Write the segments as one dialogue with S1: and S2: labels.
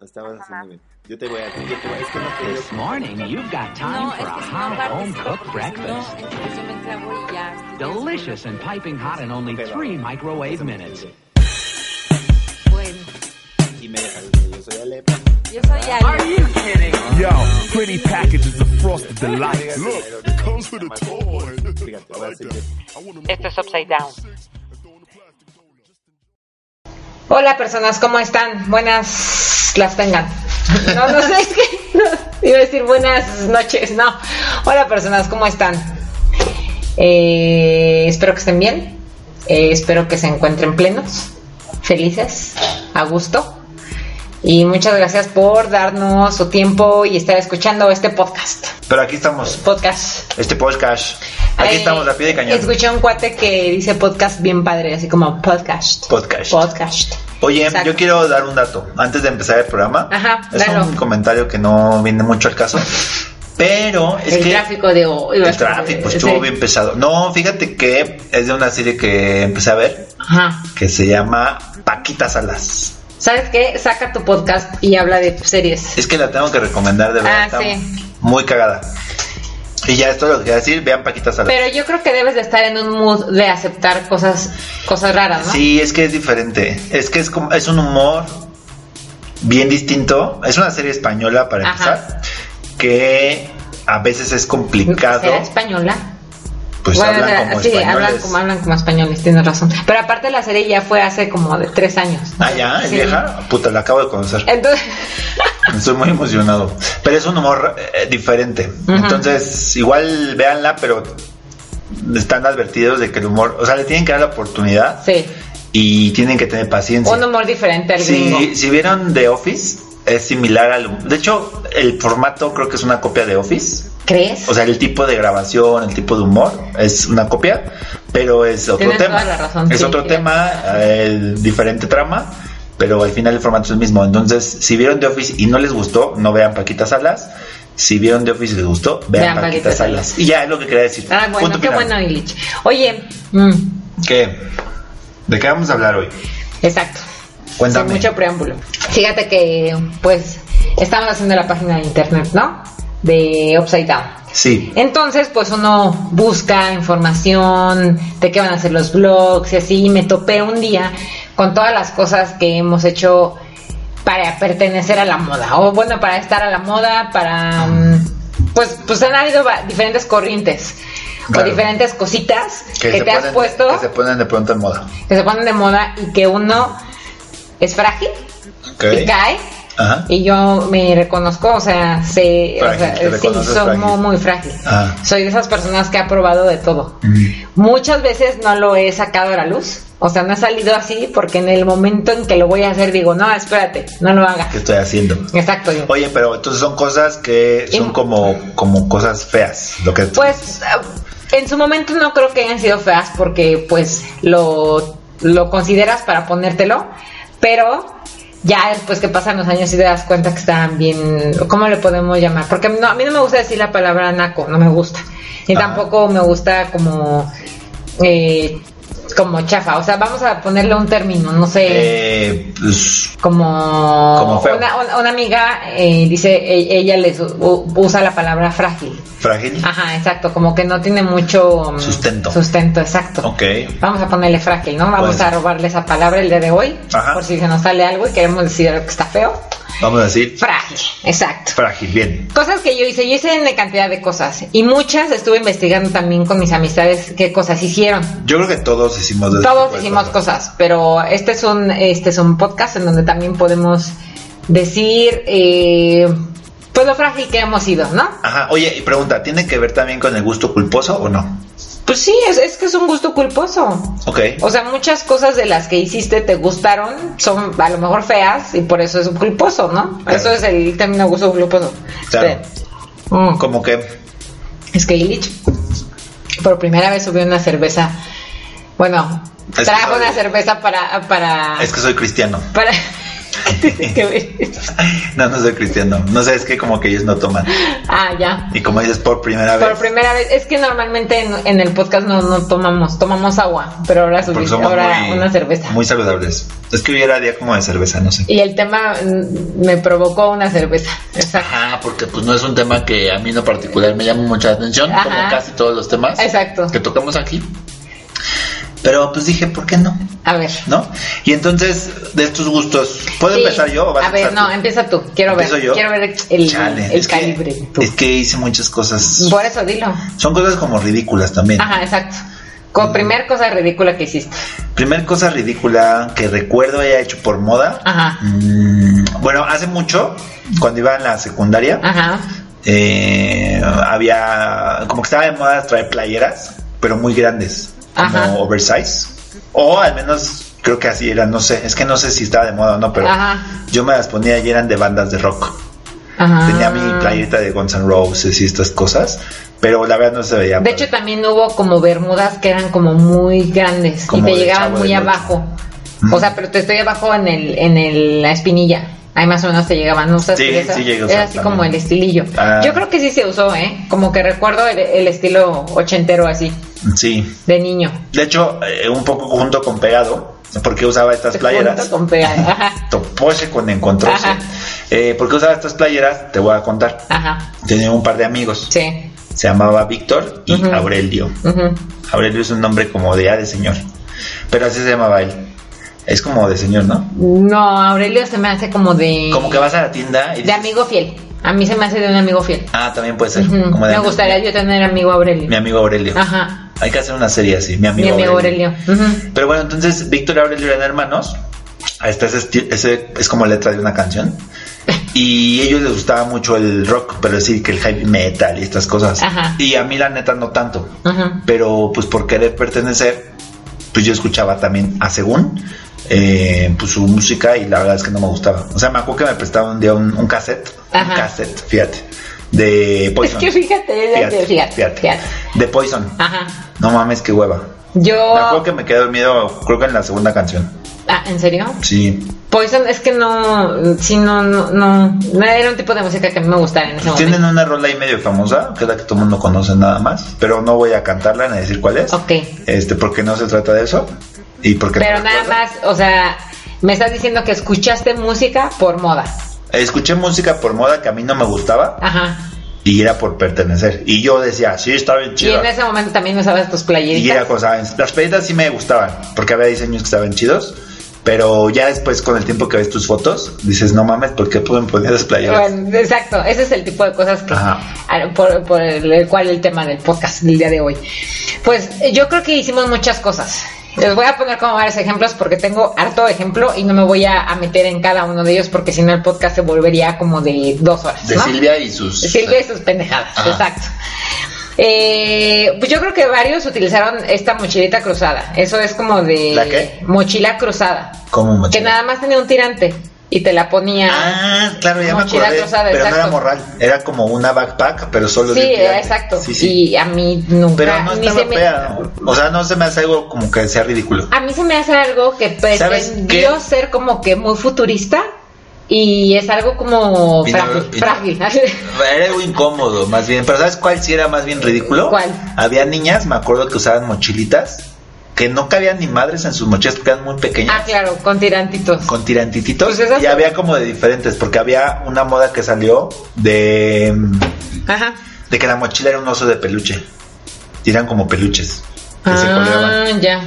S1: Lo estabas haciendo bien. Yo te voy a decir, yo te voy a... Es que no te
S2: This morning, you've got time
S3: No,
S2: for
S3: es
S2: a
S3: que es
S2: hot
S3: una parte
S2: home
S3: sí,
S2: cooked
S3: porque si no,
S2: breakfast.
S3: entonces yo me clavo y ya. estoy bien
S2: Delicious and piping hot in only
S1: Pero-
S2: three microwave minutes.
S3: segura. Bueno,
S1: Y me dejaron, yo soy Alepa.
S3: yo soy Ale.
S4: Yo, pretty packages of frosted delights.
S1: Look, it comes with a toy. Fíjate, ahora sí que...
S5: Esto es Upside Down.
S6: Hola personas, ¿cómo están? Buenas las tengan. No, no sé, es que no, iba a decir buenas noches, no. Hola personas, ¿cómo están? Eh, espero que estén bien, Eh, espero que se encuentren plenos, felices, a gusto. Y muchas gracias por darnos su tiempo y estar escuchando este podcast.
S7: Pero aquí estamos,
S6: Podcast.
S7: este podcast. Aquí
S6: Eh,
S7: estamos a pie de cañón.
S6: Escuché a un cuate que dice podcast bien padre, así como podcast.
S7: Podcast.
S6: Podcast.
S7: Oye,
S6: Exacto.
S7: yo quiero dar un dato antes de empezar el programa.
S6: Ajá,
S7: es
S6: dalo.
S7: un comentario que no viene mucho al caso. Pero es
S6: el
S7: que.
S6: tráfico de hoy.
S7: El tráfico estuvo
S6: Sí.
S7: bien pesado. No, fíjate que es de una serie que empecé a ver
S6: Ajá.
S7: que se llama Paquita Salas.
S6: ¿Sabes qué? Saca tu podcast y habla de series.
S7: Es que la tengo que recomendar de verdad.
S6: Ah,
S7: está
S6: sí.
S7: Muy cagada. Y ya esto es lo que quería decir. Vean Paquita Salas.
S6: Pero yo creo que debes de estar en un mood de aceptar cosas, cosas raras, ¿no?
S7: Sí, es que es diferente. Es que es como es un humor bien distinto. Es una serie española para
S6: Ajá.
S7: empezar que a veces es complicado.
S6: ¿Será española?
S7: Pues
S6: Bueno,
S7: hablan
S6: será-
S7: como
S6: sí,
S7: españoles.
S6: hablan como, hablan como españoles, tienes razón. Pero aparte la serie ya fue hace como de tres años.
S7: Ah, ya, es
S6: Sí.
S7: vieja. Puta, la acabo de conocer.
S6: Entonces,
S7: Estoy muy emocionado. Pero es un humor eh, diferente.
S6: Ujú.
S7: Entonces, igual véanla, pero están advertidos de que el humor, o sea, le tienen que dar la oportunidad
S6: sí,
S7: y tienen que tener paciencia.
S6: un humor diferente al gringo.
S7: Si, si vieron The Office, es similar al... De hecho, el formato creo que es una copia de Office.
S6: ¿Crees?
S7: O sea, el tipo de grabación, el tipo de humor es una copia, pero es otro
S6: Tienes
S7: tema.
S6: toda la razón,
S7: es
S6: sí,
S7: otro
S6: sí.
S7: tema, eh, diferente trama, pero al final el formato es el mismo. Entonces, si vieron The Office y no les gustó, no vean Paquita Salas. Si vieron The Office y les gustó, vean,
S6: Vean Paquita
S7: Paquita Salas. Y ya es lo que quería decir.
S6: ah, bueno,
S7: Punto
S6: qué
S7: final.
S6: bueno, Illich. Oye, mm,
S7: ¿Qué? ¿De qué vamos a hablar hoy?
S6: exacto.
S7: Cuéntame.
S6: Sin mucho preámbulo. Fíjate que, pues, estamos haciendo la página de internet, ¿no? De Upside Down.
S7: Sí.
S6: Entonces, pues uno busca información de qué van a hacer los blogs y así. Y me topé un día con todas las cosas que hemos hecho para pertenecer a la moda. O bueno, para estar a la moda, para... mm, Pues, pues han habido va- diferentes corrientes
S7: Claro.
S6: o diferentes cositas que,
S7: se
S6: te has
S7: ponen-
S6: puesto,
S7: Que se ponen de pronto en moda.
S6: que se ponen de moda y que uno es frágil
S7: Ok.
S6: y cae
S7: Ajá.
S6: y yo me reconozco, o sea, sé, o
S7: Frágil,
S6: sea,
S7: te
S6: sí,
S7: reconoces
S6: soy
S7: frágil.
S6: muy, muy frágil.
S7: Ah.
S6: Soy de esas personas que ha probado de todo.
S7: Mm.
S6: Muchas veces no lo he sacado a la luz, o sea, no ha salido así porque en el momento en que lo voy a hacer digo, no, espérate, no lo hagas.
S7: ¿Qué estoy haciendo?
S6: Exacto, digo.
S7: Oye, pero entonces son cosas que son
S6: Y-
S7: como, como cosas feas, lo que
S6: Pues eh, en su momento no creo que hayan sido feas porque pues lo, lo consideras para ponértelo, pero ya después que pasan los años y te das cuenta que están bien, ¿cómo le podemos llamar? Porque no, a mí no me gusta decir la palabra naco, no me gusta. Y
S7: Ajá.
S6: tampoco me gusta como... eh, como chafa, o sea, vamos a ponerle un término, no sé,
S7: Eh, pues,
S6: como,
S7: como feo.
S6: una, una- una amiga eh, dice, e- ella les u- usa la palabra frágil.
S7: frágil.
S6: Ajá, exacto, como que no tiene mucho mm,
S7: Sustento.
S6: Sustento, exacto.
S7: Ok.
S6: Vamos a ponerle frágil, ¿no? Vamos
S7: Pues-
S6: a robarle esa palabra el día de hoy,
S7: Ajá.
S6: por si se nos sale algo y queremos decir algo que está feo.
S7: Vamos a decir
S6: Frágil, exacto.
S7: frágil, bien.
S6: Cosas que yo hice, yo hice una cantidad de cosas y muchas estuve investigando también con mis amistades qué cosas hicieron.
S7: Yo creo que todos hicimos de ese
S6: Todos
S7: tipo de
S6: hicimos cosas, pero este es un este es un podcast en donde también podemos decir eh, pues lo frágil que hemos sido, ¿no?
S7: Ajá, oye, y pregunta, ¿tiene que ver también con el gusto culposo o no?
S6: Pues sí, es, es que es un gusto culposo.
S7: Ok.
S6: O sea, muchas cosas de las que hiciste te gustaron, son a lo mejor feas y por eso es culposo, ¿no?
S7: Claro.
S6: Eso es el término gusto culposo.
S7: Claro.
S6: Sí. Mm.
S7: Como que.
S6: Es que Illich por primera vez subió una cerveza. Bueno,
S7: Es que
S6: trajo
S7: soy-
S6: una cerveza para. para,
S7: Es que soy cristiano.
S6: para ¿Qué tiene que ver?
S7: No, no soy cristiano. No sé, es que como que ellos no toman.
S6: Ah, ya.
S7: Y como dices, por primera vez.
S6: Por primera vez, es que normalmente en, en el podcast no, no tomamos, tomamos agua, pero ahora
S7: porque
S6: subiste
S7: somos
S6: Pues ahora
S7: muy-
S6: una cerveza.
S7: Muy saludables. Es que hoy era día como de cerveza, no sé.
S6: Y el tema mm, me provocó una cerveza. Exacto.
S7: Ajá, porque pues no es un tema que a mí en lo particular me llama mucha atención,
S6: Ajá.
S7: como casi todos los temas
S6: Exacto.
S7: que tocamos aquí. Pero pues dije, ¿por qué no?
S6: A ver.
S7: ¿No? Y entonces, de estos gustos, ¿puedo
S6: Sí.
S7: empezar yo o vas a
S6: A ver,
S7: empezar
S6: no,
S7: tú?
S6: empieza tú. Quiero ver.
S7: ¿Empiezo yo?
S6: Quiero ver el,
S7: Chale,
S6: el
S7: es que-
S6: calibre. tú.
S7: es que hice muchas cosas.
S6: Por eso dilo.
S7: Son cosas como ridículas también.
S6: Ajá, exacto.
S7: Mm.
S6: Con primer cosa ridícula que hiciste.
S7: Primer cosa ridícula que recuerdo haya hecho por moda.
S6: Ajá.
S7: Mm, bueno, hace mucho, cuando iba en la secundaria,
S6: Ajá.
S7: eh, había como que estaba de moda traer playeras, pero muy grandes,
S6: Ajá.
S7: como oversize. O al menos creo que así eran, no sé, es que no sé si estaba de moda o no, pero
S6: Ajá.
S7: yo me las ponía y eran de bandas de rock.
S6: Ajá. Ah.
S7: Tenía mi playerita de Guns N' Roses y estas cosas, pero la verdad no se veía.
S6: De
S7: padre.
S6: hecho, también hubo como bermudas que eran como muy grandes
S7: Como
S6: y te
S7: de
S6: llegaban
S7: Chavo
S6: muy
S7: del Ocho.
S6: abajo.
S7: Ujú.
S6: O sea, pero te estoy abajo en el, en el, la espinilla. Ahí más o menos te llegaban, ¿no? Usas
S7: Sí,
S6: esa?
S7: sí llegué a usar
S6: Era así
S7: también.
S6: como el estilillo.
S7: Ah.
S6: Yo creo que sí se usó, ¿eh? Como que recuerdo el, el estilo ochentero así,
S7: Sí,
S6: de niño.
S7: de hecho, eh, un poco junto con pegado, porque usaba estas playeras.
S6: Junto Con pegada. Ajá.
S7: Topose con encontrose.
S6: Ajá.
S7: Eh, ¿Por qué usaba estas playeras? Te voy a contar.
S6: Ajá.
S7: Tenía un par de amigos.
S6: Sí.
S7: Se llamaba Víctor y
S6: Ujú.
S7: Aurelio.
S6: Ujú.
S7: Aurelio es un nombre como de A de señor. Pero así se llamaba él. Es como de señor, ¿no?
S6: No, Aurelio se me hace como de.
S7: Como que vas a la tienda y
S6: De
S7: dices,
S6: amigo fiel. A mí se me hace de un amigo fiel.
S7: Ah, también puede ser.
S6: Ujú.
S7: como de
S6: Me
S7: amigo.
S6: gustaría yo tener amigo Aurelio.
S7: Mi amigo Aurelio.
S6: Ajá.
S7: Hay que hacer una serie así, mi amigo,
S6: Mi amigo
S7: Aurelio.
S6: Aurelio. Ujú.
S7: Pero bueno, entonces Víctor y Aurelio eran hermanos. Ahí está ese, esti- ese es como letra de una canción. Y ellos les gustaba mucho el rock, pero sí que el heavy metal y estas cosas.
S6: Ajá.
S7: Y a mí la neta no tanto.
S6: Ujú.
S7: Pero pues por querer pertenecer, pues yo escuchaba también a según eh, pues, su música y la verdad es que no me gustaba. O sea, me acuerdo que me prestaron un día un, un cassette. Un
S6: Ajá.
S7: cassette, fíjate. De
S6: Es
S7: Poison.
S6: que fíjate, ya te- fíjate, fíjate.
S7: De Poison.
S6: Ajá.
S7: No mames, qué hueva.
S6: Yo.
S7: Me acuerdo que me quedé dormido, creo que en la segunda canción.
S6: Ah, ¿en serio?
S7: Sí.
S6: Poison es que no. Sí, no, no, no. No era un tipo de música que a mí me gustara en ese momento.
S7: Tienen una rola ahí medio famosa, que es la que todo el mundo conoce nada más, pero no voy a cantarla ni a decir cuál es.
S6: Ok.
S7: Este, porque no se trata de eso. Y porque no
S6: Pero
S7: me
S6: nada
S7: acuerdo.
S6: más, o sea, me estás diciendo que escuchaste música por moda.
S7: Escuché música por moda que a mí no me gustaba
S6: Ajá.
S7: y era por pertenecer. Y yo decía, sí, está bien
S6: Y
S7: chido.
S6: en ese momento también usabas tus
S7: Y
S6: playeritas.
S7: era cosa, las playeras sí me gustaban, porque había diseños que estaban chidos, pero ya después con el tiempo que ves tus fotos, dices, no mames, ¿por qué pueden poner las playeras?
S6: Bueno, exacto, ese es el tipo de cosas que,
S7: Ajá.
S6: a- por, por el, el cual el tema del podcast del día de hoy. Pues eh, yo creo que hicimos muchas cosas. Les voy a poner como varios ejemplos porque tengo harto ejemplo y no me voy a, a meter en cada uno de ellos porque si no el podcast se volvería como de dos horas.
S7: de
S6: ¿no?
S7: Silvia y sus... eh,
S6: Silvia y sus pendejadas,
S7: Ajá.
S6: exacto. Eh, pues yo creo que varios utilizaron esta mochilita cruzada. Eso es como de
S7: ¿La qué?
S6: mochila cruzada.
S7: ¿Cómo mochila?
S6: Que nada más tenía un tirante y te la ponía.
S7: Ah, claro, ya
S6: Mochila
S7: me acordé.
S6: cruzada,
S7: pero no
S6: exacto.
S7: era morral, era como una backpack, pero solo
S6: Sí,
S7: de un
S6: eh,
S7: tirante.
S6: exacto.
S7: Sí, sí.
S6: Y a mí nunca.
S7: pero no
S6: ni
S7: estaba
S6: se me-
S7: fea. O sea, no se me hace algo como que sea ridículo.
S6: a mí se me hace algo que
S7: ¿Sabes
S6: pretendió
S7: qué?
S6: ser como que muy futurista y es algo como
S7: Y no-
S6: frágil.
S7: y no-
S6: frágil.
S7: Era algo incómodo, más bien. Pero ¿sabes cuál sí era más bien ridículo?
S6: ¿Cuál?
S7: Había niñas, me acuerdo que usaban mochilitas, que no cabían ni madres en sus mochilas, porque eran muy pequeñas.
S6: ah, claro, con tirantitos.
S7: con tirantititos
S6: Ah. Pues esas-
S7: y había como de diferentes porque había una moda que salió de
S6: Ajá.
S7: de que la mochila era un oso de peluche y eran como peluches que se colgaban
S6: Ah, ya.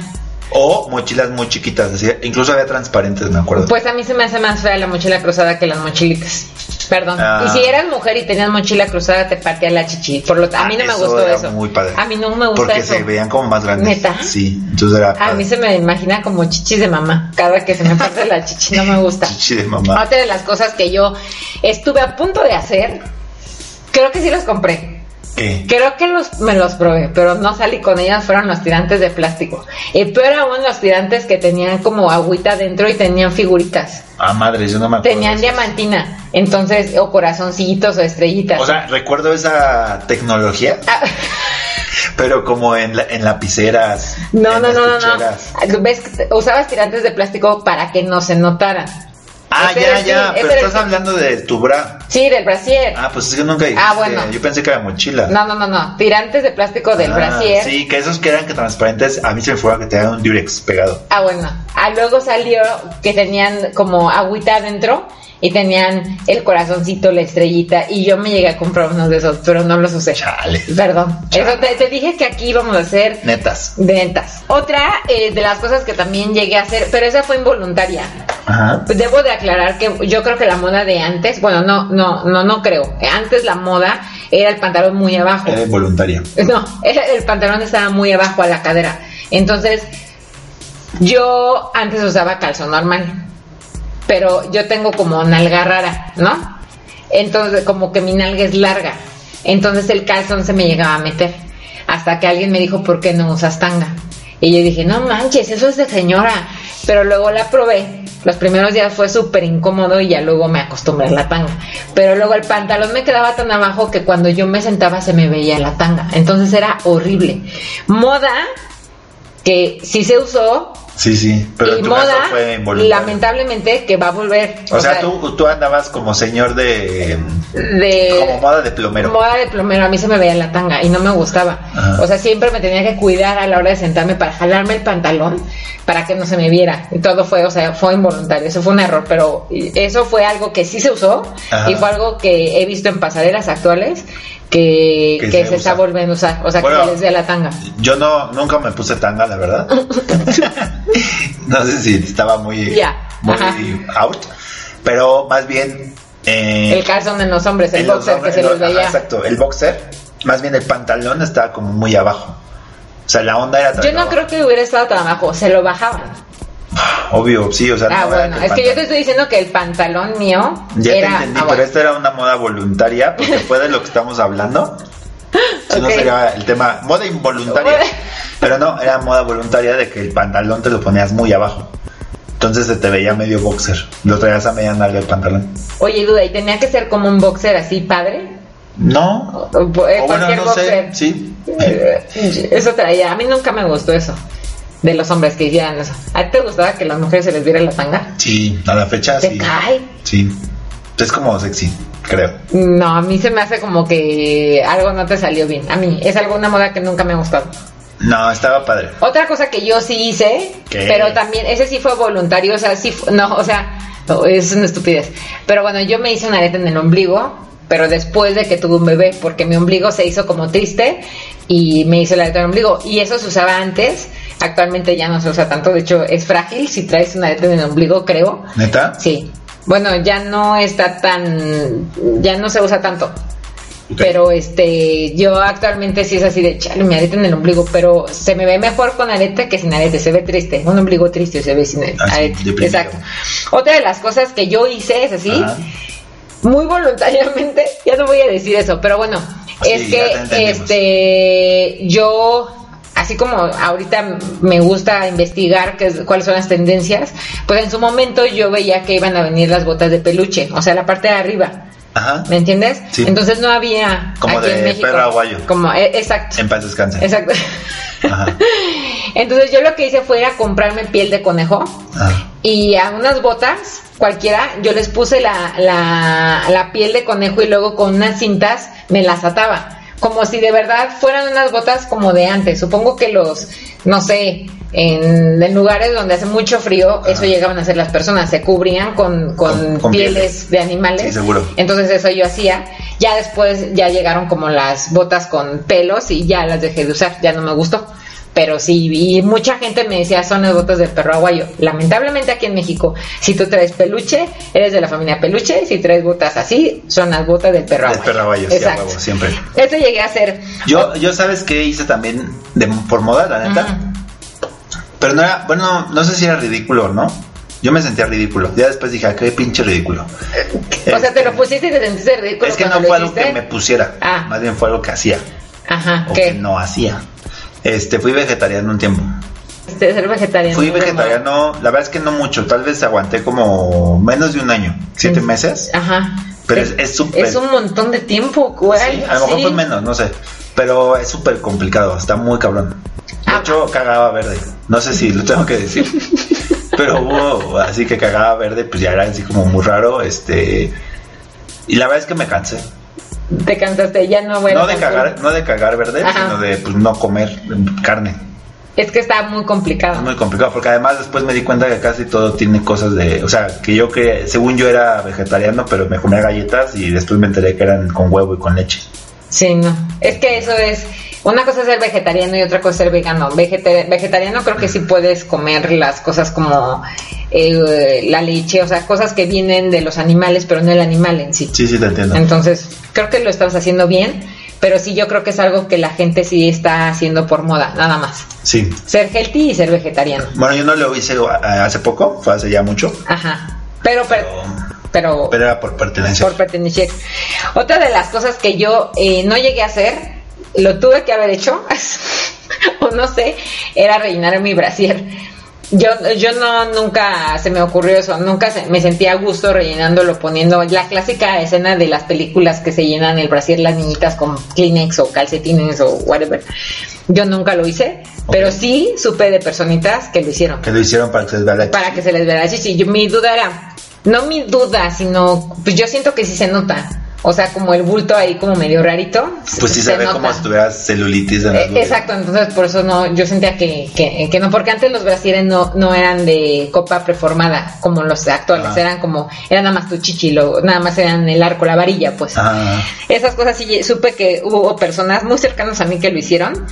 S7: O mochilas muy chiquitas, así, incluso había transparentes, me acuerdo.
S6: Pues a mí se me hace más fea la mochila cruzada que las mochilitas. Perdón.
S7: Ah.
S6: Y si eras mujer y tenías mochila cruzada, te partía la chichi. Por lo, a mí no
S7: Ah,
S6: me gustó
S7: era
S6: eso.
S7: Muy padre.
S6: A mí no me gustó
S7: Porque
S6: eso.
S7: se veían como más grandes.
S6: ¿Neta?
S7: Sí, entonces era.
S6: A
S7: padre.
S6: mí se me imagina como chichis de mamá. Cada que se me parte la chichi no me gusta.
S7: Chichi de mamá.
S6: Otra de las cosas que yo estuve a punto de hacer, creo que sí los compré.
S7: ¿Qué?
S6: Creo que los, me los probé, pero no salí con ellos, fueron los tirantes de plástico. Y peor aún los tirantes que tenían como agüita dentro y tenían figuritas.
S7: Ah, madre, yo no me acuerdo.
S6: Tenían
S7: de eso.
S6: diamantina, entonces, o corazoncitos o estrellitas.
S7: O sea, recuerdo esa tecnología,
S6: Ah,
S7: pero como en, la- en lapiceras.
S6: no,
S7: en
S6: no,
S7: las
S6: no, no,
S7: cucharas.
S6: no. ¿Ves? que Usabas tirantes de plástico para que no se notaran.
S7: Ah,
S6: Ese
S7: ya,
S6: era el
S7: ya,
S6: fin, ese
S7: pero
S6: era el
S7: estás
S6: fin.
S7: hablando de tu bra.
S6: Sí, del brasier.
S7: Ah, pues es que nunca dijiste.
S6: bueno.
S7: Yo pensé que era mochila.
S6: No, no, no, no. Tirantes de plástico del
S7: Ah,
S6: brasier.
S7: Sí, que esos que eran que transparentes, a mí se me fue que te un Durex pegado.
S6: Ah, bueno. Ah, luego salió que tenían como agüita adentro y tenían el corazoncito, la estrellita. Y yo me llegué a comprar unos de esos, pero no los usé.
S7: Chale.
S6: Perdón. Eso te, te dije que aquí íbamos a hacer
S7: Netas.
S6: ventas. Otra eh, de las cosas que también llegué a hacer, pero esa fue involuntaria.
S7: Ajá.
S6: Debo de aclarar que yo creo que la moda de antes, bueno, no, no, no, no creo. Antes la moda era el pantalón muy abajo.
S7: Era voluntaria.
S6: No, el, el pantalón estaba muy abajo a la cadera. Entonces, yo antes usaba calzón normal, pero yo tengo como nalga rara, ¿no? Entonces, como que mi nalga es larga. Entonces el calzón se me llegaba a meter. Hasta que alguien me dijo, ¿por qué no usas tanga? Y yo dije, no manches, eso es de señora. Pero luego la probé. Los primeros días fue súper incómodo y ya luego me acostumbré a la tanga. Pero luego el pantalón me quedaba tan abajo que cuando yo me sentaba se me veía la tanga. Entonces era horrible. Moda que sí se usó,
S7: Sí, sí. Pero
S6: y
S7: en tu
S6: moda,
S7: caso fue involuntaria.
S6: lamentablemente, que va a volver.
S7: O, sea, tú, tú andabas como señor de.
S6: de
S7: como moda de plomero.
S6: moda de plomero, a mí se me veía la tanga y no me gustaba.
S7: Ajá.
S6: O sea, siempre me tenía que cuidar a la hora de sentarme para jalarme el pantalón para que no se me viera. Y todo fue, o sea, fue involuntario. Eso fue un error, pero eso fue algo que sí se usó
S7: Ajá.
S6: y fue algo que he visto en pasarelas actuales que,
S7: Que
S6: que
S7: se
S6: se, está
S7: usa.
S6: volviendo a usar. O sea,
S7: Bueno.
S6: que se les vea la tanga.
S7: Yo no, nunca me puse tanga, la verdad. no sé si estaba muy,
S6: Ya,
S7: muy
S6: ajá.
S7: out, pero más bien eh,
S6: El calzón en los hombres, el,
S7: en los
S6: boxer
S7: hombres-
S6: que se
S7: en
S6: les
S7: los- ajá,
S6: veía.
S7: exacto, el boxer, más bien el pantalón estaba como muy abajo. O sea, la onda era tan
S6: Yo no
S7: abajo.
S6: creo que hubiera estado tan abajo, se lo bajaban.
S7: Obvio, sí, o sea,
S6: Ah,
S7: no era
S6: bueno,
S7: el
S6: es que yo te
S7: pantalón.
S6: estoy diciendo que el pantalón mío
S7: Ya
S6: era.
S7: te entendí,
S6: ah,
S7: pero
S6: bueno.
S7: esta era una moda voluntaria, porque fue de lo que estamos hablando. Si no
S6: Ok.
S7: sería el tema moda involuntaria.
S6: Moda-
S7: Pero no, era moda voluntaria de que el pantalón te lo ponías muy abajo. Entonces se te veía medio boxer. Lo traías a media nalga el pantalón.
S6: Oye, duda, ¿y tenía que ser como un boxer así, padre?
S7: No.
S6: O, o- eh,
S7: o Oh, bueno,
S6: cualquier
S7: no sé.
S6: boxer.
S7: Sí.
S6: Eh, Eso traía. A mí nunca me gustó eso. De los hombres que hicieran eso. ¿A ti te gustaba que las mujeres se les diera la tanga?
S7: Sí, a la fecha
S6: ¿Te
S7: Ah, sí.
S6: cae?
S7: Sí. Es como sexy, creo.
S6: No, a mí se me hace como que algo no te salió bien. A mí, es alguna moda que nunca me ha gustado.
S7: No, estaba padre.
S6: Otra cosa que yo sí hice,
S7: ¿Qué?
S6: pero también, ese sí fue voluntario, o sea, sí, fu- no, o sea, no, es una estupidez. Pero bueno, yo me hice una areta en el ombligo, pero después de que tuve un bebé, porque mi ombligo se hizo como triste y me hice la areta en el ombligo. Y eso se usaba antes, actualmente ya no se usa tanto, de hecho es frágil si traes una areta en el ombligo, creo.
S7: ¿Neta?
S6: Sí. Bueno, ya no está tan, ya no se usa tanto.
S7: Ok.
S6: Pero este, yo actualmente sí es así de chale, mi arete en el ombligo, pero se me ve mejor con arete que sin arete, se ve triste, un ombligo triste se ve sin
S7: Así,
S6: arete.
S7: Ah, deprimido.
S6: Exacto. Otra de las cosas que yo hice es así,
S7: Ajá.
S6: muy voluntariamente, ya no voy a decir eso, pero bueno,
S7: Sí,
S6: es
S7: ya te
S6: que
S7: entendimos.
S6: este yo así como ahorita me gusta investigar qué es- cuáles son las tendencias, pues en su momento yo veía que iban a venir las botas de peluche, o sea, la parte de arriba.
S7: Ajá.
S6: ¿Me entiendes?
S7: Sí.
S6: Entonces no había
S7: Como
S6: aquí
S7: de
S6: en México.
S7: perro aguayo.
S6: Como e- exacto.
S7: En paz descanse.
S6: Exacto.
S7: Ajá.
S6: Entonces yo lo que hice fue ir a comprarme piel de conejo
S7: Ajá.
S6: y a unas botas cualquiera yo les puse la, la, la piel de conejo y luego con unas cintas me las ataba. Como si de verdad fueran unas botas como de antes. Supongo que los, no sé, en, en lugares donde hace mucho frío, eso llegaban a hacer las personas. Se cubrían con, con,
S7: Con- con
S6: pieles de animales.
S7: Sí, seguro.
S6: Entonces eso yo hacía. Ya después ya llegaron como las botas con pelos y ya las dejé de usar, ya no me gustó. Pero sí, y mucha gente me decía, son las botas del perro aguayo. Lamentablemente aquí en México, si tú traes peluche, eres de la familia peluche, si traes botas así, son las botas del perro
S7: Del
S6: aguayo.
S7: perro aguayo, sí, a
S6: Exacto.
S7: huevo, siempre.
S6: Esto llegué a hacer.
S7: Yo, yo sabes que hice también de, por moda, la neta.
S6: Ajá.
S7: Pero no era, bueno, no sé si era ridículo o no. Yo me sentía ridículo. Ya después dije, ah, qué pinche ridículo.
S6: O sea, te lo pusiste y te sentiste ridículo.
S7: Es que
S6: cuando
S7: no
S6: lo
S7: fue algo
S6: hiciste.
S7: que me pusiera.
S6: Ah.
S7: Más bien fue algo que hacía.
S6: Ajá,
S7: O
S6: ¿qué?
S7: que no hacía. Este, fui vegetariano un tiempo.
S6: Este, ser vegetariano.
S7: Fui
S6: ¿no?
S7: vegetariano, la verdad es que no mucho. Tal vez aguanté como menos de un año. Siete
S6: Sí.
S7: meses.
S6: Ajá.
S7: Pero es- es súper-
S6: Es un montón de tiempo, güey.
S7: Sí, a lo mejor
S6: Pues, sí.
S7: fue menos, no sé. Pero es súper complicado, está muy cabrón. De
S6: Ah.
S7: hecho, cagaba verde. No sé si lo tengo que decir. Pero hubo así que cagaba verde, pues ya era así como muy raro. Este. Y la verdad es que me cansé.
S6: Te cansaste, ya no, pues, güey.
S7: no de cagar, no de cagar verde,
S6: Ajá.
S7: sino de pues, no comer carne.
S6: Es que está muy complicado.
S7: Es muy complicado, porque además después me di cuenta que casi todo tiene cosas de. O sea, que yo que, según yo era vegetariano, pero me comía galletas y después me enteré que eran con huevo y con leche.
S6: Sí, no. Es que eso es. Una cosa es ser vegetariano y otra cosa es ser vegano. Vegeta- vegetariano creo que sí puedes comer las cosas como eh, la leche, o sea, cosas que vienen de los animales, pero no el animal en sí.
S7: Sí, sí, te entiendo.
S6: Entonces, creo que lo estás haciendo bien, pero sí yo creo que es algo que la gente sí está haciendo por moda, nada más.
S7: Sí,
S6: Ser healthy y ser vegetariano.
S7: Bueno, yo no lo hice eh, hace poco, fue hace ya mucho,
S6: Ajá. Pero, pero, pero,
S7: pero era por pertenencia.
S6: por pertenecer. Otra de las cosas que yo eh, no llegué a hacer, lo tuve que haber hecho, o no sé, era rellenar mi brasier. Yo, yo no, nunca se me ocurrió eso, nunca se- me sentía a gusto rellenándolo, poniendo la clásica escena de las películas que se llenan el brasier las niñitas con Kleenex o calcetines o whatever. Yo nunca lo hice, pero sí supe de personitas que lo hicieron
S7: Que lo hicieron para que se les vea la-
S6: para que se les vea la chichi. Yo- mi duda era, no mi duda, sino, pues yo siento que sí se nota. O sea, como el bulto ahí como medio rarito.
S7: Pues sí se, ve
S6: nota.
S7: como si tuvieras celulitis en las
S6: Eh,
S7: luces.
S6: exacto, entonces por eso no, yo sentía que, que, que no, porque antes los brasieres no, no eran de copa preformada como los actuales,
S7: Ajá.
S6: eran como, eran nada más tu chichi, lo- nada más eran el arco, la varilla, pues.
S7: Ah,
S6: Esas cosas sí supe que hubo personas muy cercanas a mí que lo hicieron.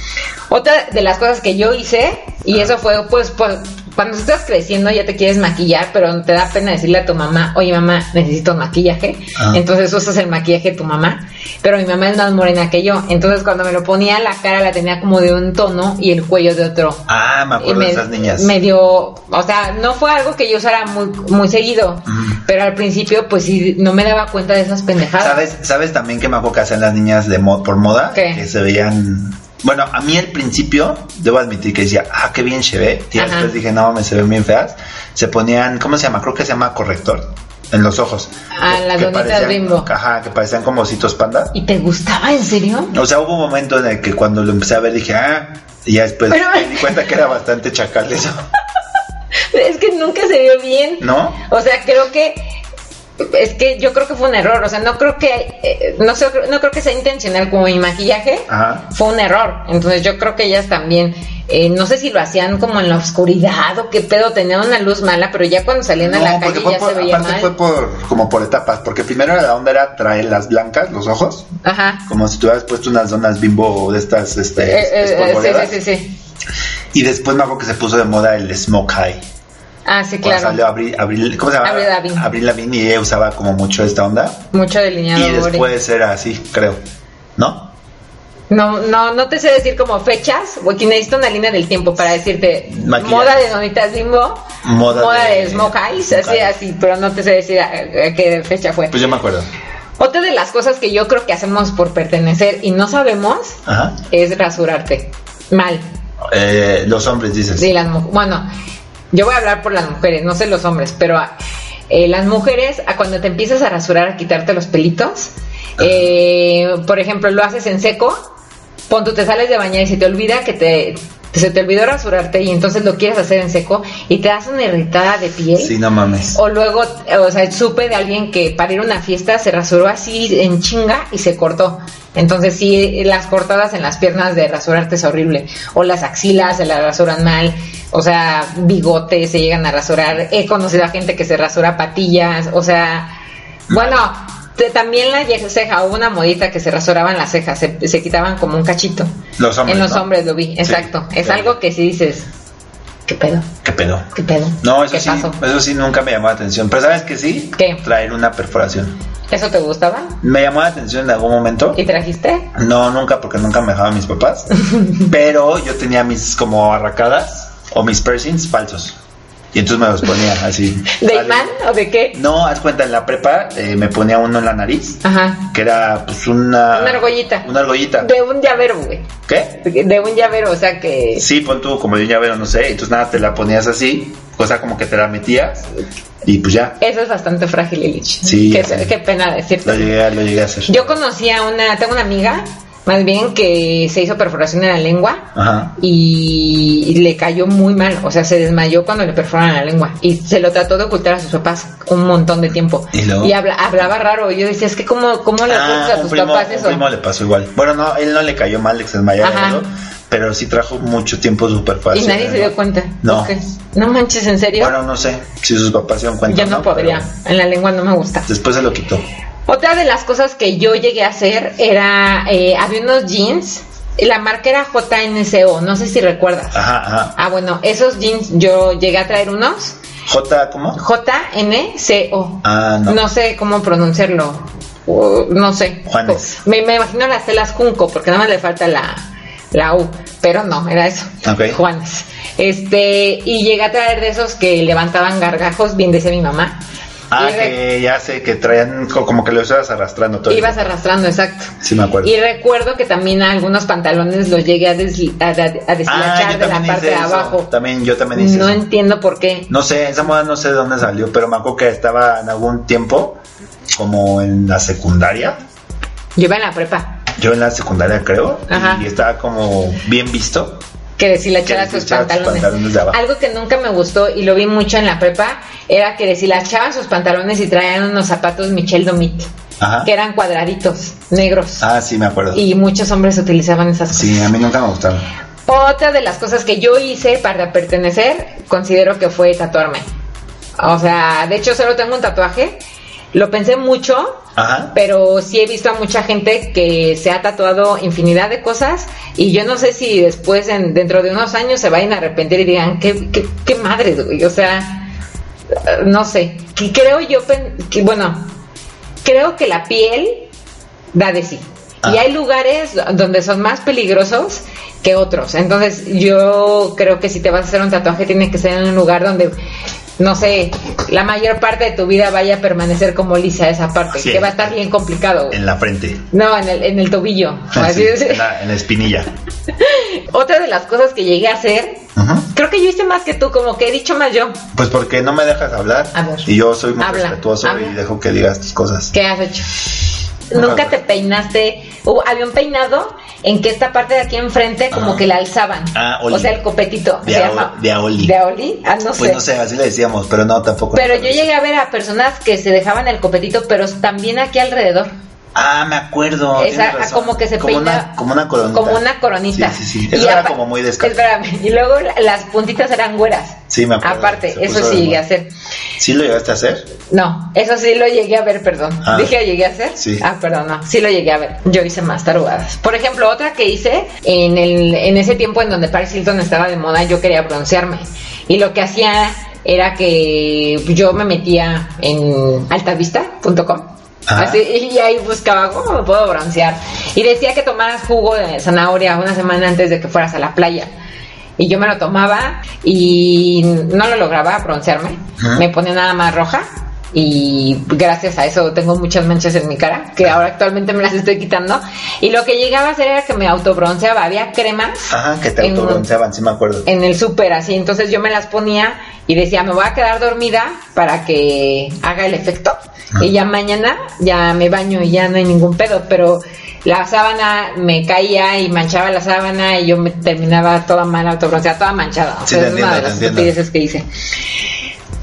S6: Otra de las cosas que yo hice, y eso fue, pues, pues, cuando estás creciendo ya te quieres maquillar, pero te da pena decirle a tu mamá, oye mamá, necesito maquillaje.
S7: Ah.
S6: Entonces usas el maquillaje de tu mamá, pero mi mamá es más morena que yo. Entonces cuando me lo ponía, la cara la tenía como de un tono y el cuello de otro.
S7: ah, me acuerdo
S6: Y
S7: de esas niñas.
S6: me dio, o sea, no fue algo que yo usara muy, muy seguido,
S7: Ujú.
S6: pero al principio pues sí, no me daba cuenta de esas pendejadas.
S7: ¿Sabes, ¿Sabes también que me acuerdo que hacían las niñas de mod por moda?
S6: ¿Qué?
S7: Que se veían... Bueno, a mí al principio, debo admitir que decía, ah, qué bien se ve. Y
S6: Ajá.
S7: después dije, no, me se ven bien feas. Se ponían, ¿cómo se llama? Creo que se llama corrector en los ojos.
S6: Ah, las
S7: Que
S6: donitas
S7: parecían-
S6: Bimbo.
S7: Ajá, que parecían como ositos panda.
S6: ¿Y te gustaba en serio?
S7: O sea, hubo un momento en el que cuando lo empecé a ver dije, ah, y ya después
S6: Pero-
S7: me di cuenta que era bastante chacal eso,
S6: Es que nunca se vio bien.
S7: ¿no?
S6: O sea, creo que es que yo creo que fue un error, o sea, no creo que eh, no sé, no creo que sea intencional como mi maquillaje.
S7: Ajá.
S6: Fue un error. Entonces yo creo que ellas también eh, no sé si lo hacían como en la oscuridad o qué pedo, tenían una luz mala, pero ya cuando salían a la calle
S7: porque fue
S6: ya
S7: por,
S6: se veía
S7: aparte
S6: mal.
S7: fue por, como por etapas, porque primero la onda era traer las blancas, los ojos,
S6: Ajá.
S7: como si tú hubieras puesto unas donas bimbo de estas, este,
S6: Eh, eh,
S7: espolvoreadas.
S6: sí, sí, sí, sí.
S7: y después me acuerdo que se puso de moda el smoke eye.
S6: Ah, sí,
S7: Cuando salió
S6: claro.
S7: Abril, Abril, ¿cómo se llama?
S6: Avril Lavigne.
S7: Avril Lavigne y ella usaba como mucho esta onda.
S6: Mucho
S7: Y
S6: delineador.
S7: después era así, creo, ¿no?
S6: No, no, no te sé decir como fechas, porque necesito una línea del tiempo para decirte
S7: Maquillaje.
S6: moda de donitas bimbo,
S7: Moda
S6: moda,
S7: de-
S6: de, smoke eyes,
S7: smoke
S6: así,
S7: eyes.
S6: así, pero no te sé decir a, a qué fecha fue.
S7: Pues yo me acuerdo.
S6: Otra de las cosas que yo creo que hacemos por pertenecer y no sabemos
S7: Ajá.
S6: es rasurarte mal.
S7: Eh, los hombres, dices.
S6: Sí, las mu- bueno, yo voy a hablar por las mujeres, no sé los hombres, pero ah, eh, las mujeres, a cuando te empiezas a rasurar, a quitarte los pelitos, eh, por ejemplo, lo haces en seco, pon tú te sales de bañar y se te olvida que te se te olvidó rasurarte y entonces lo quieres hacer en seco y te das una irritada de piel.
S7: Sí, no mames.
S6: O luego, o sea, supe de alguien que para ir a una fiesta se rasuró así en chinga y se cortó. Entonces sí, las cortadas en las piernas de rasurarte es horrible. O las axilas se las rasuran mal. O sea, bigotes se llegan a rasurar. He conocido a gente que se rasura patillas. O sea, bueno, te- también la ye- ceja. Hubo una modita que se rasuraban las cejas. Se, se quitaban como un cachito.
S7: Los hombres,
S6: en los
S7: ¿no?
S6: hombres lo vi. Exacto. es
S7: sí.
S6: algo que sí dices, ¿qué pedo?
S7: ¿Qué pedo?
S6: ¿Qué pedo?
S7: No, eso
S6: ¿Qué
S7: sí,
S6: pasó?
S7: eso sí nunca me llamó la atención. Pero ¿sabes que sí?
S6: ¿Qué?
S7: Traer una perforación.
S6: ¿Eso te gustaba?
S7: Me llamó la atención en algún momento.
S6: ¿Y trajiste?
S7: No, nunca, porque nunca me dejaban mis papás. pero yo tenía mis como arracadas o mis piercings falsos. Y entonces me los ponía así.
S6: ¿De
S7: Vale.
S6: imán o de qué?
S7: No, haz cuenta, en la prepa eh, me ponía uno en la nariz,
S6: Ajá.
S7: que era pues una...
S6: Una argollita.
S7: Una argollita.
S6: De un llavero, güey.
S7: ¿Qué?
S6: De un llavero, o sea que.
S7: Sí, pon tú como de un llavero, no sé. Entonces nada, te la ponías así, cosa como que te la metías y pues ya,
S6: Eso es bastante frágil, Illich.
S7: Sí,
S6: Qué,
S7: sí.
S6: qué pena
S7: lo
S6: decirte.
S7: llegué a, lo llegué a hacer.
S6: Yo conocí a una. Tengo una amiga, más bien, que se hizo perforación en la lengua.
S7: Ajá.
S6: Y le cayó muy mal, o sea, se desmayó cuando le perforaron la lengua y se lo trató de ocultar a sus papás un montón de tiempo.
S7: ¿Y luego?
S6: habla- hablaba raro. Yo decía, es que, ¿cómo, cómo le ocultas
S7: Ah,
S6: a
S7: un
S6: tus
S7: primo,
S6: papás
S7: un
S6: eso?
S7: primo le pasó igual. Bueno, no, él no le cayó mal, le se desmayó,
S6: Ajá.
S7: ¿no? pero sí trajo mucho tiempo súper
S6: Y
S7: fácil.
S6: nadie se dio cuenta.
S7: No.
S6: Ok. No manches, en serio.
S7: Bueno, no sé si sus papás se dieron cuenta.
S6: Yo no, podría.
S7: Pero
S6: En la lengua no me gusta.
S7: Después se lo quitó.
S6: Otra de las cosas que yo llegué a hacer era, eh, había unos jeans, la marca era JNCO, no sé si recuerdas.
S7: Ajá, ajá.
S6: Ah, bueno, esos jeans yo llegué a traer unos.
S7: J, ¿cómo?
S6: JNCO.
S7: Ah, no.
S6: sé cómo pronunciarlo. o no sé.
S7: Juanes.
S6: Me, me imagino las telas Junco, porque nada más le falta la, la U. Pero no, era eso.
S7: Ok.
S6: Juanes. Este, y llegué a traer de esos que levantaban gargajos, bien decía mi mamá.
S7: Ah,
S6: Y re-
S7: que ya sé que traían co- como que lo ibas arrastrando todo. el
S6: Ibas
S7: tiempo.
S6: arrastrando, exacto.
S7: Sí, me acuerdo.
S6: Y recuerdo que también algunos pantalones los llegué a, desli- a- a- a
S7: Ah,
S6: deshilachar
S7: yo
S6: de la
S7: también
S6: parte
S7: hice
S6: de
S7: eso.
S6: abajo.
S7: También, yo también hice
S6: No
S7: eso.
S6: entiendo por qué.
S7: No sé, esa moda no sé de dónde salió, pero me acuerdo que estaba en algún tiempo, como en la secundaria.
S6: Yo iba en la prepa,
S7: Yo en la secundaria creo.
S6: Ajá.
S7: Y estaba como bien visto.
S6: que deshilachara
S7: Que
S6: sus
S7: deshilachara sus
S6: pantalones.
S7: pantalones de abajo.
S6: Algo que nunca me gustó y lo vi mucho en la prepa era que deshilachaban sus pantalones y traían unos zapatos Michel Domit,
S7: Ajá.
S6: que eran cuadraditos, negros.
S7: Ah, sí, me acuerdo.
S6: Y muchos hombres utilizaban esas cosas.
S7: Sí, a mí nunca me gustaron.
S6: Otra de las cosas que yo hice para pertenecer, considero que fue tatuarme. O sea, de hecho solo tengo un tatuaje. Lo pensé mucho,
S7: Ajá.
S6: pero sí he visto a mucha gente que se ha tatuado infinidad de cosas y yo no sé si después, en- dentro de unos años, se vayan a arrepentir y digan, qué, qué, qué madre, güey. O sea, eh, no sé. Que Creo yo, pen- que, bueno, creo que la piel da de sí. Y
S7: Ah.
S6: hay lugares donde son más peligrosos que otros. Entonces, yo creo que si te vas a hacer un tatuaje, tiene que ser en un lugar donde, no sé, la mayor parte de tu vida vaya a permanecer como lisa esa parte,
S7: Así
S6: que
S7: es.
S6: va a estar bien complicado. güey.
S7: En la frente.
S6: No, en el, en el tobillo. Así
S7: Sí,
S6: es.
S7: En, la, en la espinilla.
S6: Otra de las cosas que llegué a hacer,
S7: Ajá.
S6: creo que yo hice más que tú, como que he dicho más yo.
S7: Pues porque no me dejas hablar.
S6: A ver.
S7: Y yo soy muy
S6: Habla,
S7: respetuoso
S6: habla.
S7: y dejo que digas tus cosas.
S6: ¿Qué has hecho?
S7: Nunca.
S6: Nunca te peinaste. Hubo- había un peinado en que esta parte de aquí enfrente como
S7: Ajá.
S6: que la alzaban.
S7: Ah, oli.
S6: O sea, el copetito.
S7: De
S6: se
S7: a-
S6: llama.
S7: de a oli.
S6: De a oli. Ah, no
S7: Pues
S6: sé.
S7: no sé, así le decíamos, pero no, tampoco.
S6: Pero yo llegué a ver a personas que se dejaban el copetito, pero también aquí alrededor.
S7: Ah, me acuerdo.
S6: Esa- ah,
S7: tienes razón.
S6: como que se
S7: como
S6: peina-
S7: Una, como una coronita.
S6: Como una coronita.
S7: Sí, sí, sí. Eso
S6: Y
S7: era
S6: apa-
S7: como muy descalzo.
S6: Espérame, Y luego la- las puntitas eran güeras.
S7: Sí, me acuerdo.
S6: Aparte,
S7: Se
S6: eso
S7: puso
S6: sí
S7: de
S6: llegué a
S7: moda.
S6: hacer.
S7: ¿Sí lo llegaste a hacer?
S6: No, eso sí lo llegué a ver, perdón.
S7: Ah.
S6: ¿Dije llegué a hacer?
S7: Sí.
S6: Ah, perdón, no. Sí lo llegué a ver. Yo hice más tarugadas. Por ejemplo, otra que hice en, el, en ese tiempo en donde Paris Hilton estaba de moda, yo quería broncearme. Y lo que hacía era que yo me metía en altavista.com.
S7: Ah.
S6: Así, y ahí buscaba cómo me puedo broncear. Y decía que tomaras jugo de zanahoria una semana antes de que fueras a la playa. Y yo me lo tomaba y no lo lograba broncearme.
S7: Ajá.
S6: Me ponía nada más roja. Y gracias a eso tengo muchas manchas en mi cara, que ahora actualmente me las estoy quitando. Y lo que llegaba a hacer era que me autobronceaba. Había cremas
S7: Ajá, que te
S6: En-
S7: autobronceaban, sí me acuerdo.
S6: en el súper así. Entonces yo me las ponía y decía, me voy a quedar dormida para que haga el efecto. Y ya mañana ya me baño y ya no hay ningún pedo. Pero la sábana me caía y manchaba la sábana y yo me terminaba toda mal autobronceada, toda manchada. O
S7: Sí,
S6: sea,
S7: te
S6: es una
S7: entiendo,
S6: de
S7: te
S6: las
S7: entiendo.
S6: estupideces que hice.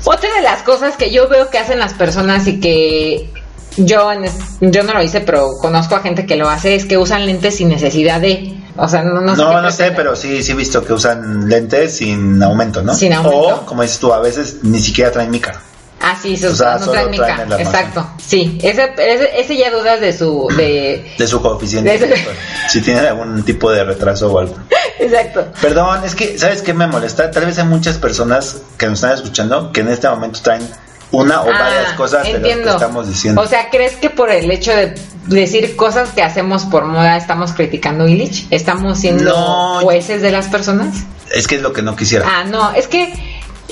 S6: Otra de las cosas que yo veo que hacen las personas y que yo, en es- yo no lo hice, pero conozco a gente que lo hace, es que usan lentes sin necesidad de... O sea, no,
S7: No,
S6: no sé qué
S7: no, sé,
S6: pretenden.
S7: pero sí, sí he visto que usan lentes sin aumento, ¿no?
S6: Sin aumento.
S7: O, como dices tú, a veces ni siquiera traen mica.
S6: Ah, sí,
S7: O sea,
S6: no
S7: solo
S6: traen mica.
S7: traen en la mano.
S6: Exacto. Sí, ese, ese, ese ya dudas de su. De...
S7: De su coeficiente.
S6: De su-
S7: Si tienen algún tipo de retraso o algo.
S6: Exacto.
S7: Perdón, es que, ¿sabes qué me molesta? Tal vez hay muchas personas que nos están escuchando que en este momento traen una o
S6: Ah,
S7: varias cosas de las que estamos diciendo.
S6: O sea, ¿crees que por el hecho de decir cosas que hacemos por moda estamos criticando a Illich? ¿Estamos siendo
S7: No.
S6: jueces de las personas?
S7: es que es lo que no quisiera.
S6: Ah, no, es que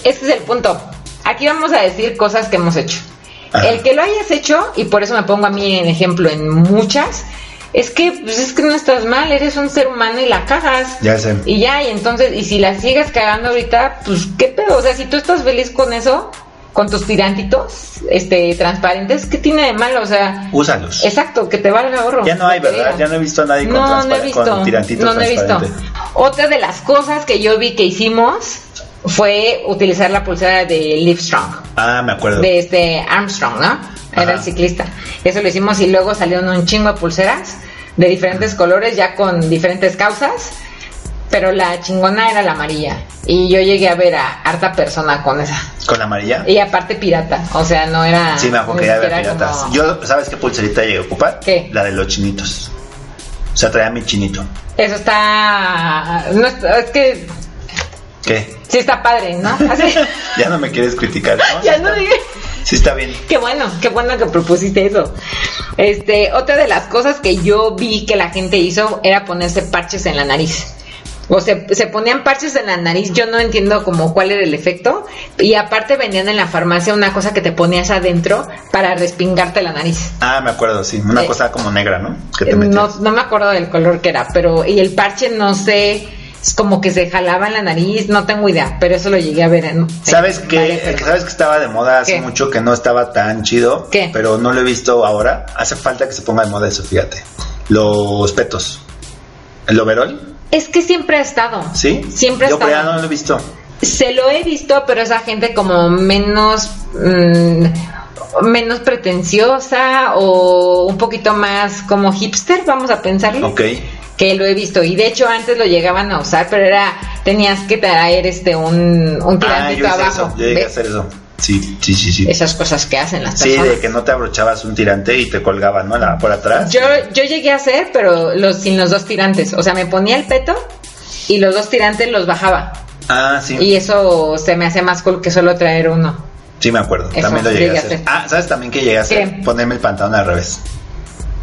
S6: Este es el punto. Aquí vamos a decir cosas que hemos hecho.
S7: Ajá.
S6: El que lo hayas hecho, y por eso me pongo a mí en ejemplo en muchas, es que pues, es que no estás mal, eres un ser humano y la cagas.
S7: Ya sé.
S6: Y ya, y entonces, y si la sigues cagando ahorita, pues qué pedo. O sea, si tú estás feliz con eso, con tus tirantitos, este, transparentes, ¿qué tiene de malo? O sea,
S7: Úsalos.
S6: exacto, que te valga gorro.
S7: Ya no hay,
S6: Que te
S7: ¿verdad?
S6: digan.
S7: Ya no he visto a nadie con,
S6: No, no he
S7: transparen- con
S6: visto.
S7: tirantitos
S6: no, no he visto.
S7: transparentes.
S6: Otra de las cosas que yo vi que hicimos fue utilizar la pulsera de Livestrong
S7: Ah, me acuerdo.
S6: de este Armstrong, ¿no? Era
S7: Ajá.
S6: el ciclista. Eso lo hicimos y luego salieron un chingo de pulseras de diferentes colores, ya con diferentes causas. Pero la chingona era la amarilla. Y yo llegué a ver a harta persona con esa.
S7: Con la amarilla.
S6: Y aparte pirata. O sea, no era.
S7: Sí, me acuerdo que
S6: ni
S7: ya había
S6: siquiera
S7: piratas.
S6: como-
S7: Yo, ¿sabes qué pulserita llegué a ocupar?
S6: ¿Qué?
S7: La de los chinitos. O sea, traía mi chinito.
S6: Eso está. No, está- es que
S7: ¿Qué?
S6: sí está padre, ¿no? Así-
S7: Ya no me quieres criticar. ¿no?
S6: ya no dije.
S7: Sí, está bien.
S6: Qué bueno, qué bueno que propusiste eso. Este, otra de las cosas que yo vi que la gente hizo era ponerse parches en la nariz. O se, se ponían parches en la nariz, yo no entiendo como cuál era el efecto. Y aparte vendían en la farmacia una cosa que te ponías adentro para respingarte la nariz.
S7: Ah, me acuerdo, sí. Una
S6: Eh,
S7: cosa como negra, ¿no? Que te
S6: No,
S7: metías.
S6: no me acuerdo del color que era, pero y el parche no sé, es como que se jalaba en la nariz, no tengo idea, pero eso lo llegué a ver. en-
S7: ¿Sabes
S6: en
S7: qué?
S6: varias
S7: El que
S6: personas.
S7: ¿Sabes que estaba de moda hace
S6: ¿Qué?
S7: mucho que no estaba tan chido?
S6: ¿Qué?
S7: Pero no lo he visto ahora. Hace falta que se ponga de moda eso, fíjate. Los petos. ¿El overol?
S6: Es que siempre ha estado.
S7: ¿Sí?
S6: Siempre ha
S7: Yo
S6: estado.
S7: pero ya no lo he visto.
S6: Se lo he visto, pero esa gente como menos mm, menos pretenciosa o un poquito más como hipster, vamos a pensarlo.
S7: Ok.
S6: Que lo he visto y de hecho antes lo llegaban a usar, pero era tenías que traer este un un
S7: Ah, yo
S6: tirantito
S7: hice
S6: abajo.
S7: eso. Yo llegué
S6: ¿Ves?
S7: a hacer eso. Sí, sí, sí, sí.
S6: Esas cosas que hacen las
S7: Sí,
S6: personas.
S7: de que no te abrochabas un tirante y te colgaba, ¿no? La, por atrás.
S6: Yo, yo llegué a hacer, pero los, sin los dos tirantes. O sea, me ponía el peto y los dos tirantes los bajaba.
S7: Ah, sí.
S6: Y eso se me hace más cool que solo traer uno.
S7: Sí, me acuerdo.
S6: Eso,
S7: también lo llegué
S6: llegué
S7: a
S6: a
S7: hacer.
S6: hacer.
S7: Ah, ¿sabes también que llegué a hacer?
S6: ¿Qué?
S7: Ponerme el pantalón al revés.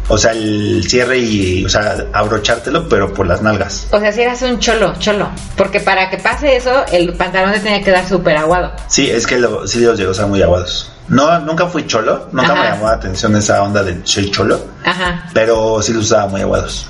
S7: O sea, el cierre y, o sea, abrochártelo, pero por las nalgas.
S6: O sea, si eras un cholo, cholo. Porque para que pase eso, el pantalón te tenía que dar súper aguado.
S7: Sí, es que lo, sí los llegó a ser muy aguados. No, nunca fui cholo, nunca
S6: Ajá.
S7: me llamó la atención esa onda de soy cholo,
S6: Ajá.
S7: pero sí los usaba muy aguados.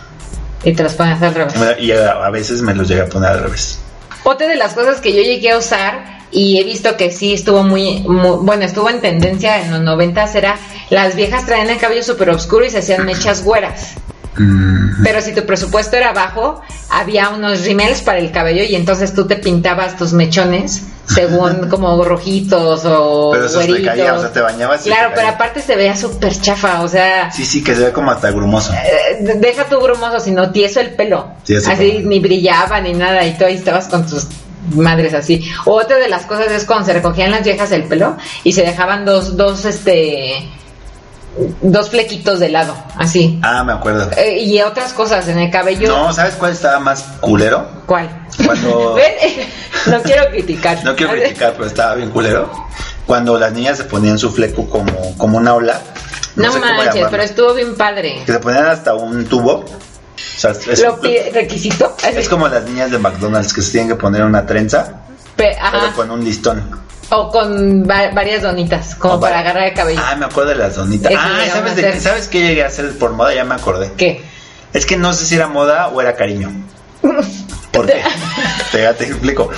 S6: Y te los ponías al revés.
S7: Y me- Y a, a veces me los llegué a poner al revés.
S6: Otra de las cosas que yo llegué a usar y he visto que sí estuvo muy, mu- bueno, estuvo en tendencia en los noventas era las viejas traían el cabello súper oscuro y se hacían mechas güeras. Pero si tu presupuesto era bajo, había unos rímels para el cabello y entonces tú te pintabas tus mechones según como rojitos o
S7: Pero esos te
S6: güeritos.
S7: caían, o sea, te bañabas y te
S6: Claro, pero
S7: caían.
S6: aparte se veía súper chafa, o sea,
S7: Sí, sí, que se ve como hasta grumoso.
S6: eh, de- deja tu grumoso, sino tieso el pelo.
S7: Tieso,
S6: así
S7: como-
S6: ni brillaba ni nada y todo, y estabas con tus madres así. Otra de las cosas es cuando se recogían las viejas el pelo y se dejaban dos, dos, este, dos flequitos de lado, así.
S7: Ah, me acuerdo.
S6: Eh, y otras cosas en el cabello.
S7: No, ¿sabes cuál estaba más culero?
S6: ¿Cuál?
S7: Cuando-
S6: ¿Ven? No quiero criticar.
S7: No quiero criticar, pero estaba bien culero. Cuando las niñas se ponían su fleco como, como una ola.
S6: No,
S7: sé cómo
S6: manches,
S7: llamarlo,
S6: pero estuvo bien padre.
S7: Que se ponían hasta un tubo. O sea, es,
S6: Lo pide- requisito.
S7: es como las niñas de McDonald's que se tienen que poner una trenza,
S6: Pe- ajá.
S7: pero con un listón.
S6: O con va- varias donitas, como
S7: O
S6: para
S7: va-
S6: agarrar el cabello.
S7: Ah, me acuerdo de las donitas.
S6: Eso
S7: ah,
S6: llegamos a
S7: ¿sabes, de,
S6: hacer.
S7: qué- ¿sabes qué llegué a hacer por moda? Ya me acordé.
S6: ¿Qué?
S7: Es que no sé si era moda o era cariño. ¿Por qué? te, te explico.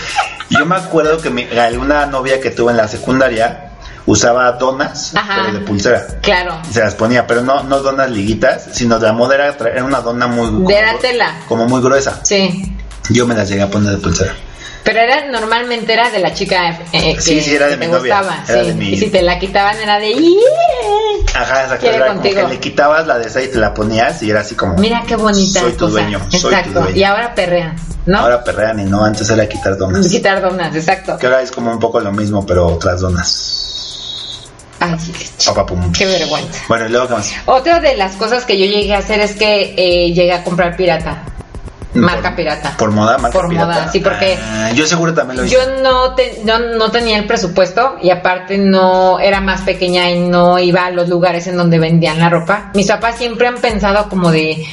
S7: Yo me acuerdo que mi, alguna novia que tuve en la secundaria usaba donas,
S6: Ajá.
S7: pero de pulsera.
S6: Claro.
S7: Y se las ponía, pero no, no donas liguitas, sino la moda era, tra- era una dona muy... como-
S6: Era tela.
S7: Como muy gruesa.
S6: Sí.
S7: Yo me las llegué a poner de pulsera.
S6: Pero era normalmente era de la chica eh, que,
S7: Sí, sí, era de
S6: que te
S7: mi novia,
S6: gustaba.
S7: era
S6: sí.
S7: de mi-
S6: Y si te la quitaban era de "¡Ihh!".
S7: Ajá, esa
S6: Quiere
S7: era como que
S6: contigo.
S7: le quitabas la de esa y te la ponías y era así como...
S6: Mira qué bonita
S7: Soy tu
S6: cosa.
S7: dueño, soy tu
S6: exacto.
S7: dueño.
S6: Y ahora perrean, ¿no?
S7: Ahora perrean y no, antes era quitar donas.
S6: Quitar donas, exacto.
S7: Que ahora es como un poco lo mismo, pero otras donas.
S6: Ay,
S7: Papapum.
S6: qué vergüenza.
S7: Bueno, y luego qué más.
S6: Otra de las cosas que yo llegué a hacer es que eh, llegué a comprar pirata. Marca
S7: Por-
S6: pirata.
S7: Por moda, marca
S6: Por
S7: pirata.
S6: moda, sí, porque-
S7: Ah, yo seguro también lo hice.
S6: Yo no, te- no, no tenía el presupuesto y aparte no era más pequeña y no iba a los lugares en donde vendían la ropa. Mis papás siempre han pensado como de,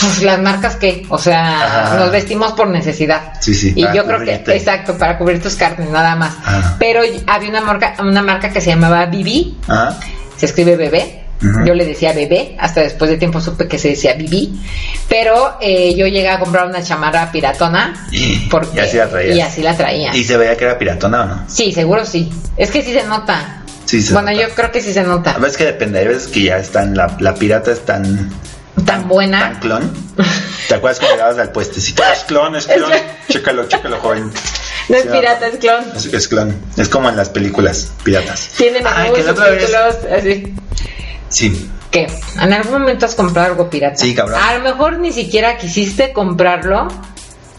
S6: pues, las marcas que, o sea,
S7: Ajá.
S6: nos vestimos por necesidad.
S7: Sí, sí,
S6: Y
S7: para
S6: yo creo que,
S7: cubrirte.
S6: exacto, para cubrir tus carnes, nada más.
S7: Ajá.
S6: Pero había una marca, una marca que se llamaba Bibi,
S7: Ah,
S6: se escribe bebé.
S7: Ujú.
S6: Yo le decía bebé, hasta después de tiempo supe que se decía Bibi, pero eh, yo llegué a comprar una chamarra piratona
S7: Y-
S6: porque,
S7: y así la traías.
S6: y así la traía.
S7: ¿Y se veía que era piratona o no?
S6: Sí, seguro sí. Es que sí se nota.
S7: Sí, se
S6: bueno,
S7: nota.
S6: yo creo que sí se
S7: A
S6: nota.
S7: veces que depende, hay veces que ya están, la, la pirata es tan,
S6: Tan buena.
S7: tan clon. ¿Te acuerdas que llegabas al puestecito? Es clon, es clon. Chécalo, chécalo, joven.
S6: No es
S7: Sí,
S6: pirata, es clon.
S7: Es, es clon. Es como en las películas piratas.
S6: Tienen
S7: Ay,
S6: algunos
S7: que la otra vez-
S6: subtítulos así.
S7: Sí,
S6: ¿Qué? ¿En algún momento has comprado algo pirata?
S7: Sí, cabrón.
S6: A lo mejor ni siquiera quisiste comprarlo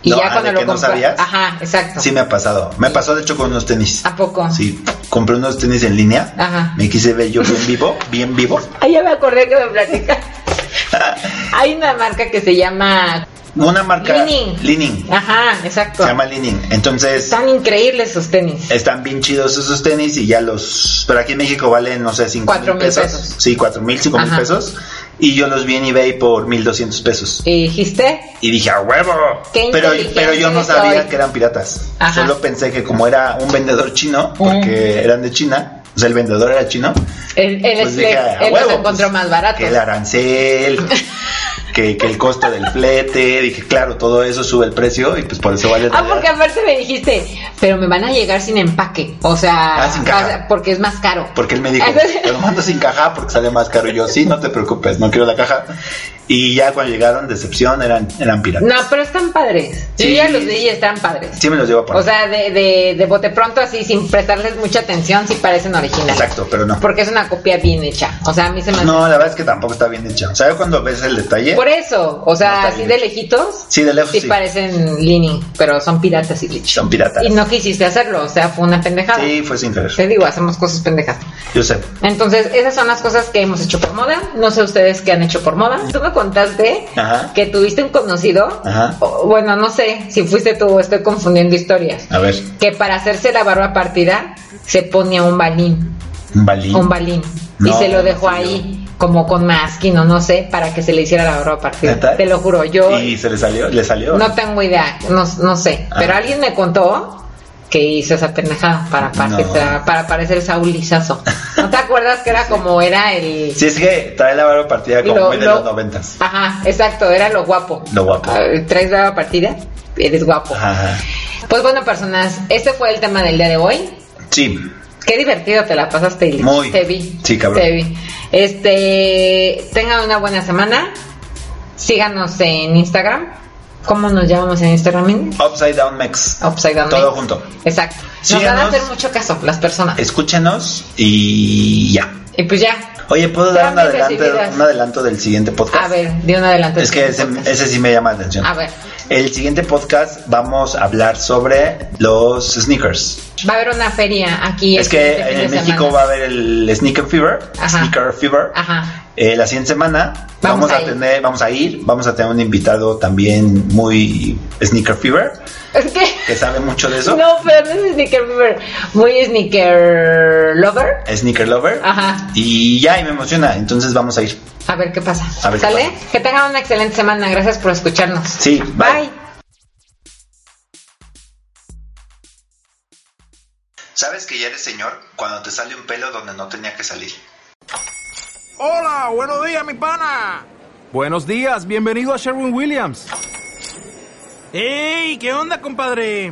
S6: y
S7: No,
S6: ya
S7: ah,
S6: cuando
S7: ¿de
S6: lo
S7: que no
S6: compras.
S7: sabías?
S6: Ajá, exacto.
S7: sí me ha pasado. Me pasó de hecho con unos tenis.
S6: ¿A poco?
S7: Sí, compré unos tenis en línea.
S6: Ah. Ajá.
S7: Me quise ver yo bien vivo, bien vivo.
S6: Ah, ya me acordé que me platicaste. Hay una marca que se llama.
S7: Una marca.
S6: Leaning.
S7: Leaning.
S6: Ajá, exacto.
S7: Se llama Eh. Leaning. Entonces,
S6: Están increíbles sus tenis.
S7: están bien chidos esos tenis y ya los. Pero aquí en México valen, no sé, 5
S6: Cuatro
S7: mil
S6: mil
S7: pesos.
S6: pesos.
S7: Sí, 4 mil, 5 mil
S6: Ajá.
S7: pesos. Y yo los vi en eBay por 1200 pesos.
S6: ¿Y dijiste?
S7: Y dije, ¡a huevo!
S6: Qué
S7: Pero,
S6: inteligente
S7: pero yo no
S6: soy.
S7: sabía que eran piratas.
S6: Ajá.
S7: Solo pensé que como era un vendedor chino, porque eran de China, o sea, el vendedor era chino,
S6: El, el
S7: pues dije, "A
S6: él
S7: huevo,
S6: los encontró
S7: pues,
S6: más baratos.
S7: Que el arancel, que, que el costo del flete, dije, claro, todo eso sube el precio y pues por eso vale
S6: Ah,
S7: la-
S6: porque aparte me dijiste, pero me van a llegar sin empaque, o sea,
S7: Ah, sin caja.
S6: o sea, porque es más caro.
S7: Porque él me dijo,
S6: Entonces-
S7: te lo mando sin caja porque sale más caro. Y yo, sí, no te preocupes, no quiero la caja. Y ya cuando llegaron, decepción, eran, eran piratas.
S6: No, pero están padres.
S7: Sí.
S6: Yo ya los vi y están padres.
S7: Sí me los llevo a poner.
S6: O sea, de, de, de bote pronto así, sin prestarles mucha atención, sí parecen originales.
S7: Exacto, pero no.
S6: Porque es una copia bien hecha. O sea, a mí se me hace...
S7: No, la verdad es que tampoco está bien hecha. ¿Sabes cuando ves el detalle?
S6: Por eso, o sea,
S7: No está
S6: así
S7: bien
S6: de
S7: hecho.
S6: lejitos,
S7: Sí, de lejos
S6: sí,
S7: sí.
S6: parecen Lini, pero son piratas y leche.
S7: Son piratas.
S6: Y no quisiste hacerlo, o sea, fue una pendejada.
S7: Sí, fue sin querer.
S6: Te digo, hacemos cosas pendejas.
S7: Yo sé.
S6: Entonces, esas son las cosas que hemos hecho por moda. No sé ustedes qué han hecho por moda. Tú me contaste
S7: Ajá.
S6: que tuviste un conocido.
S7: Ajá.
S6: O- bueno, no sé si fuiste tú o estoy confundiendo historias.
S7: A ver,
S6: Que para hacerse la barba partida se ponía un balín.
S7: un balín.
S6: Un balín. y
S7: No,
S6: se lo
S7: no
S6: dejó
S7: fui
S6: ahí, como con masking o no sé, para que se le hiciera la barba partida.
S7: ¿Neta?
S6: Te lo juro, yo
S7: Y se le salió, le salió.
S6: no tengo idea. No, no sé.
S7: Ah.
S6: Pero alguien me contó. Que hizo esa pendejada para, parecer-
S7: No.
S6: para parecer Saúl Lizazo. ¿No te acuerdas que era como era el,
S7: Si es que trae la barba partida como
S6: Lo-
S7: muy de
S6: lo-
S7: los noventas.
S6: Ajá, exacto, era lo guapo.
S7: Lo guapo.
S6: Ah, Traes la partida, eres guapo.
S7: Ajá.
S6: Pues bueno, personas, este fue el tema del día de hoy.
S7: Sí,
S6: Qué divertido te la pasaste, Ili.
S7: Muy.
S6: Te vi.
S7: Sí, cabrón.
S6: Te vi. Este, tengan una buena semana. Síganos en Instagram. ¿Cómo nos llamamos en Instagram? Inés?
S7: Upside Down Mex.
S6: Upside Down.
S7: Todo
S6: Mix.
S7: junto.
S6: Exacto. Nos van a
S7: Síganos.
S6: hacer mucho caso las personas.
S7: Escúchenos y ya.
S6: Y pues ya.
S7: Oye, ¿puedo dar un
S6: Sean
S7: adelanto,
S6: bendecidas.
S7: un adelanto del siguiente podcast?
S6: A ver, de una adelante.
S7: Es que ese, ese sí me llama la atención.
S6: A ver.
S7: El siguiente podcast vamos a hablar sobre los sneakers.
S6: Va a haber una feria aquí.
S7: es
S6: el
S7: que
S6: siguiente fin
S7: en
S6: de
S7: México
S6: semana.
S7: va a haber el Sneaker Fever.
S6: Ajá.
S7: Sneaker Fever.
S6: Ajá.
S7: Eh, la siguiente semana
S6: Vamos
S7: vamos,
S6: a
S7: a,
S6: ir.
S7: tener, vamos a ir, vamos a tener un invitado también muy sneaker fever,
S6: Es que.
S7: que sabe mucho de eso.
S6: No, pero no es sneaker fever. Muy sneaker lover.
S7: Sneaker lover.
S6: Ajá.
S7: Y ya, y me emociona. Entonces vamos a ir.
S6: A ver qué pasa.
S7: A ver qué
S6: ¿Sale?
S7: pasa.
S6: Que tengan una excelente semana. Gracias por escucharnos.
S7: Sí,
S6: Bye.
S7: bye. ¿Sabes que ya eres señor cuando te sale un pelo donde no tenía que salir?
S4: Hola, buenos días, mi pana.
S5: Buenos días, bienvenido a Sherwin Williams.
S8: ¡Ey! ¿Qué onda, compadre?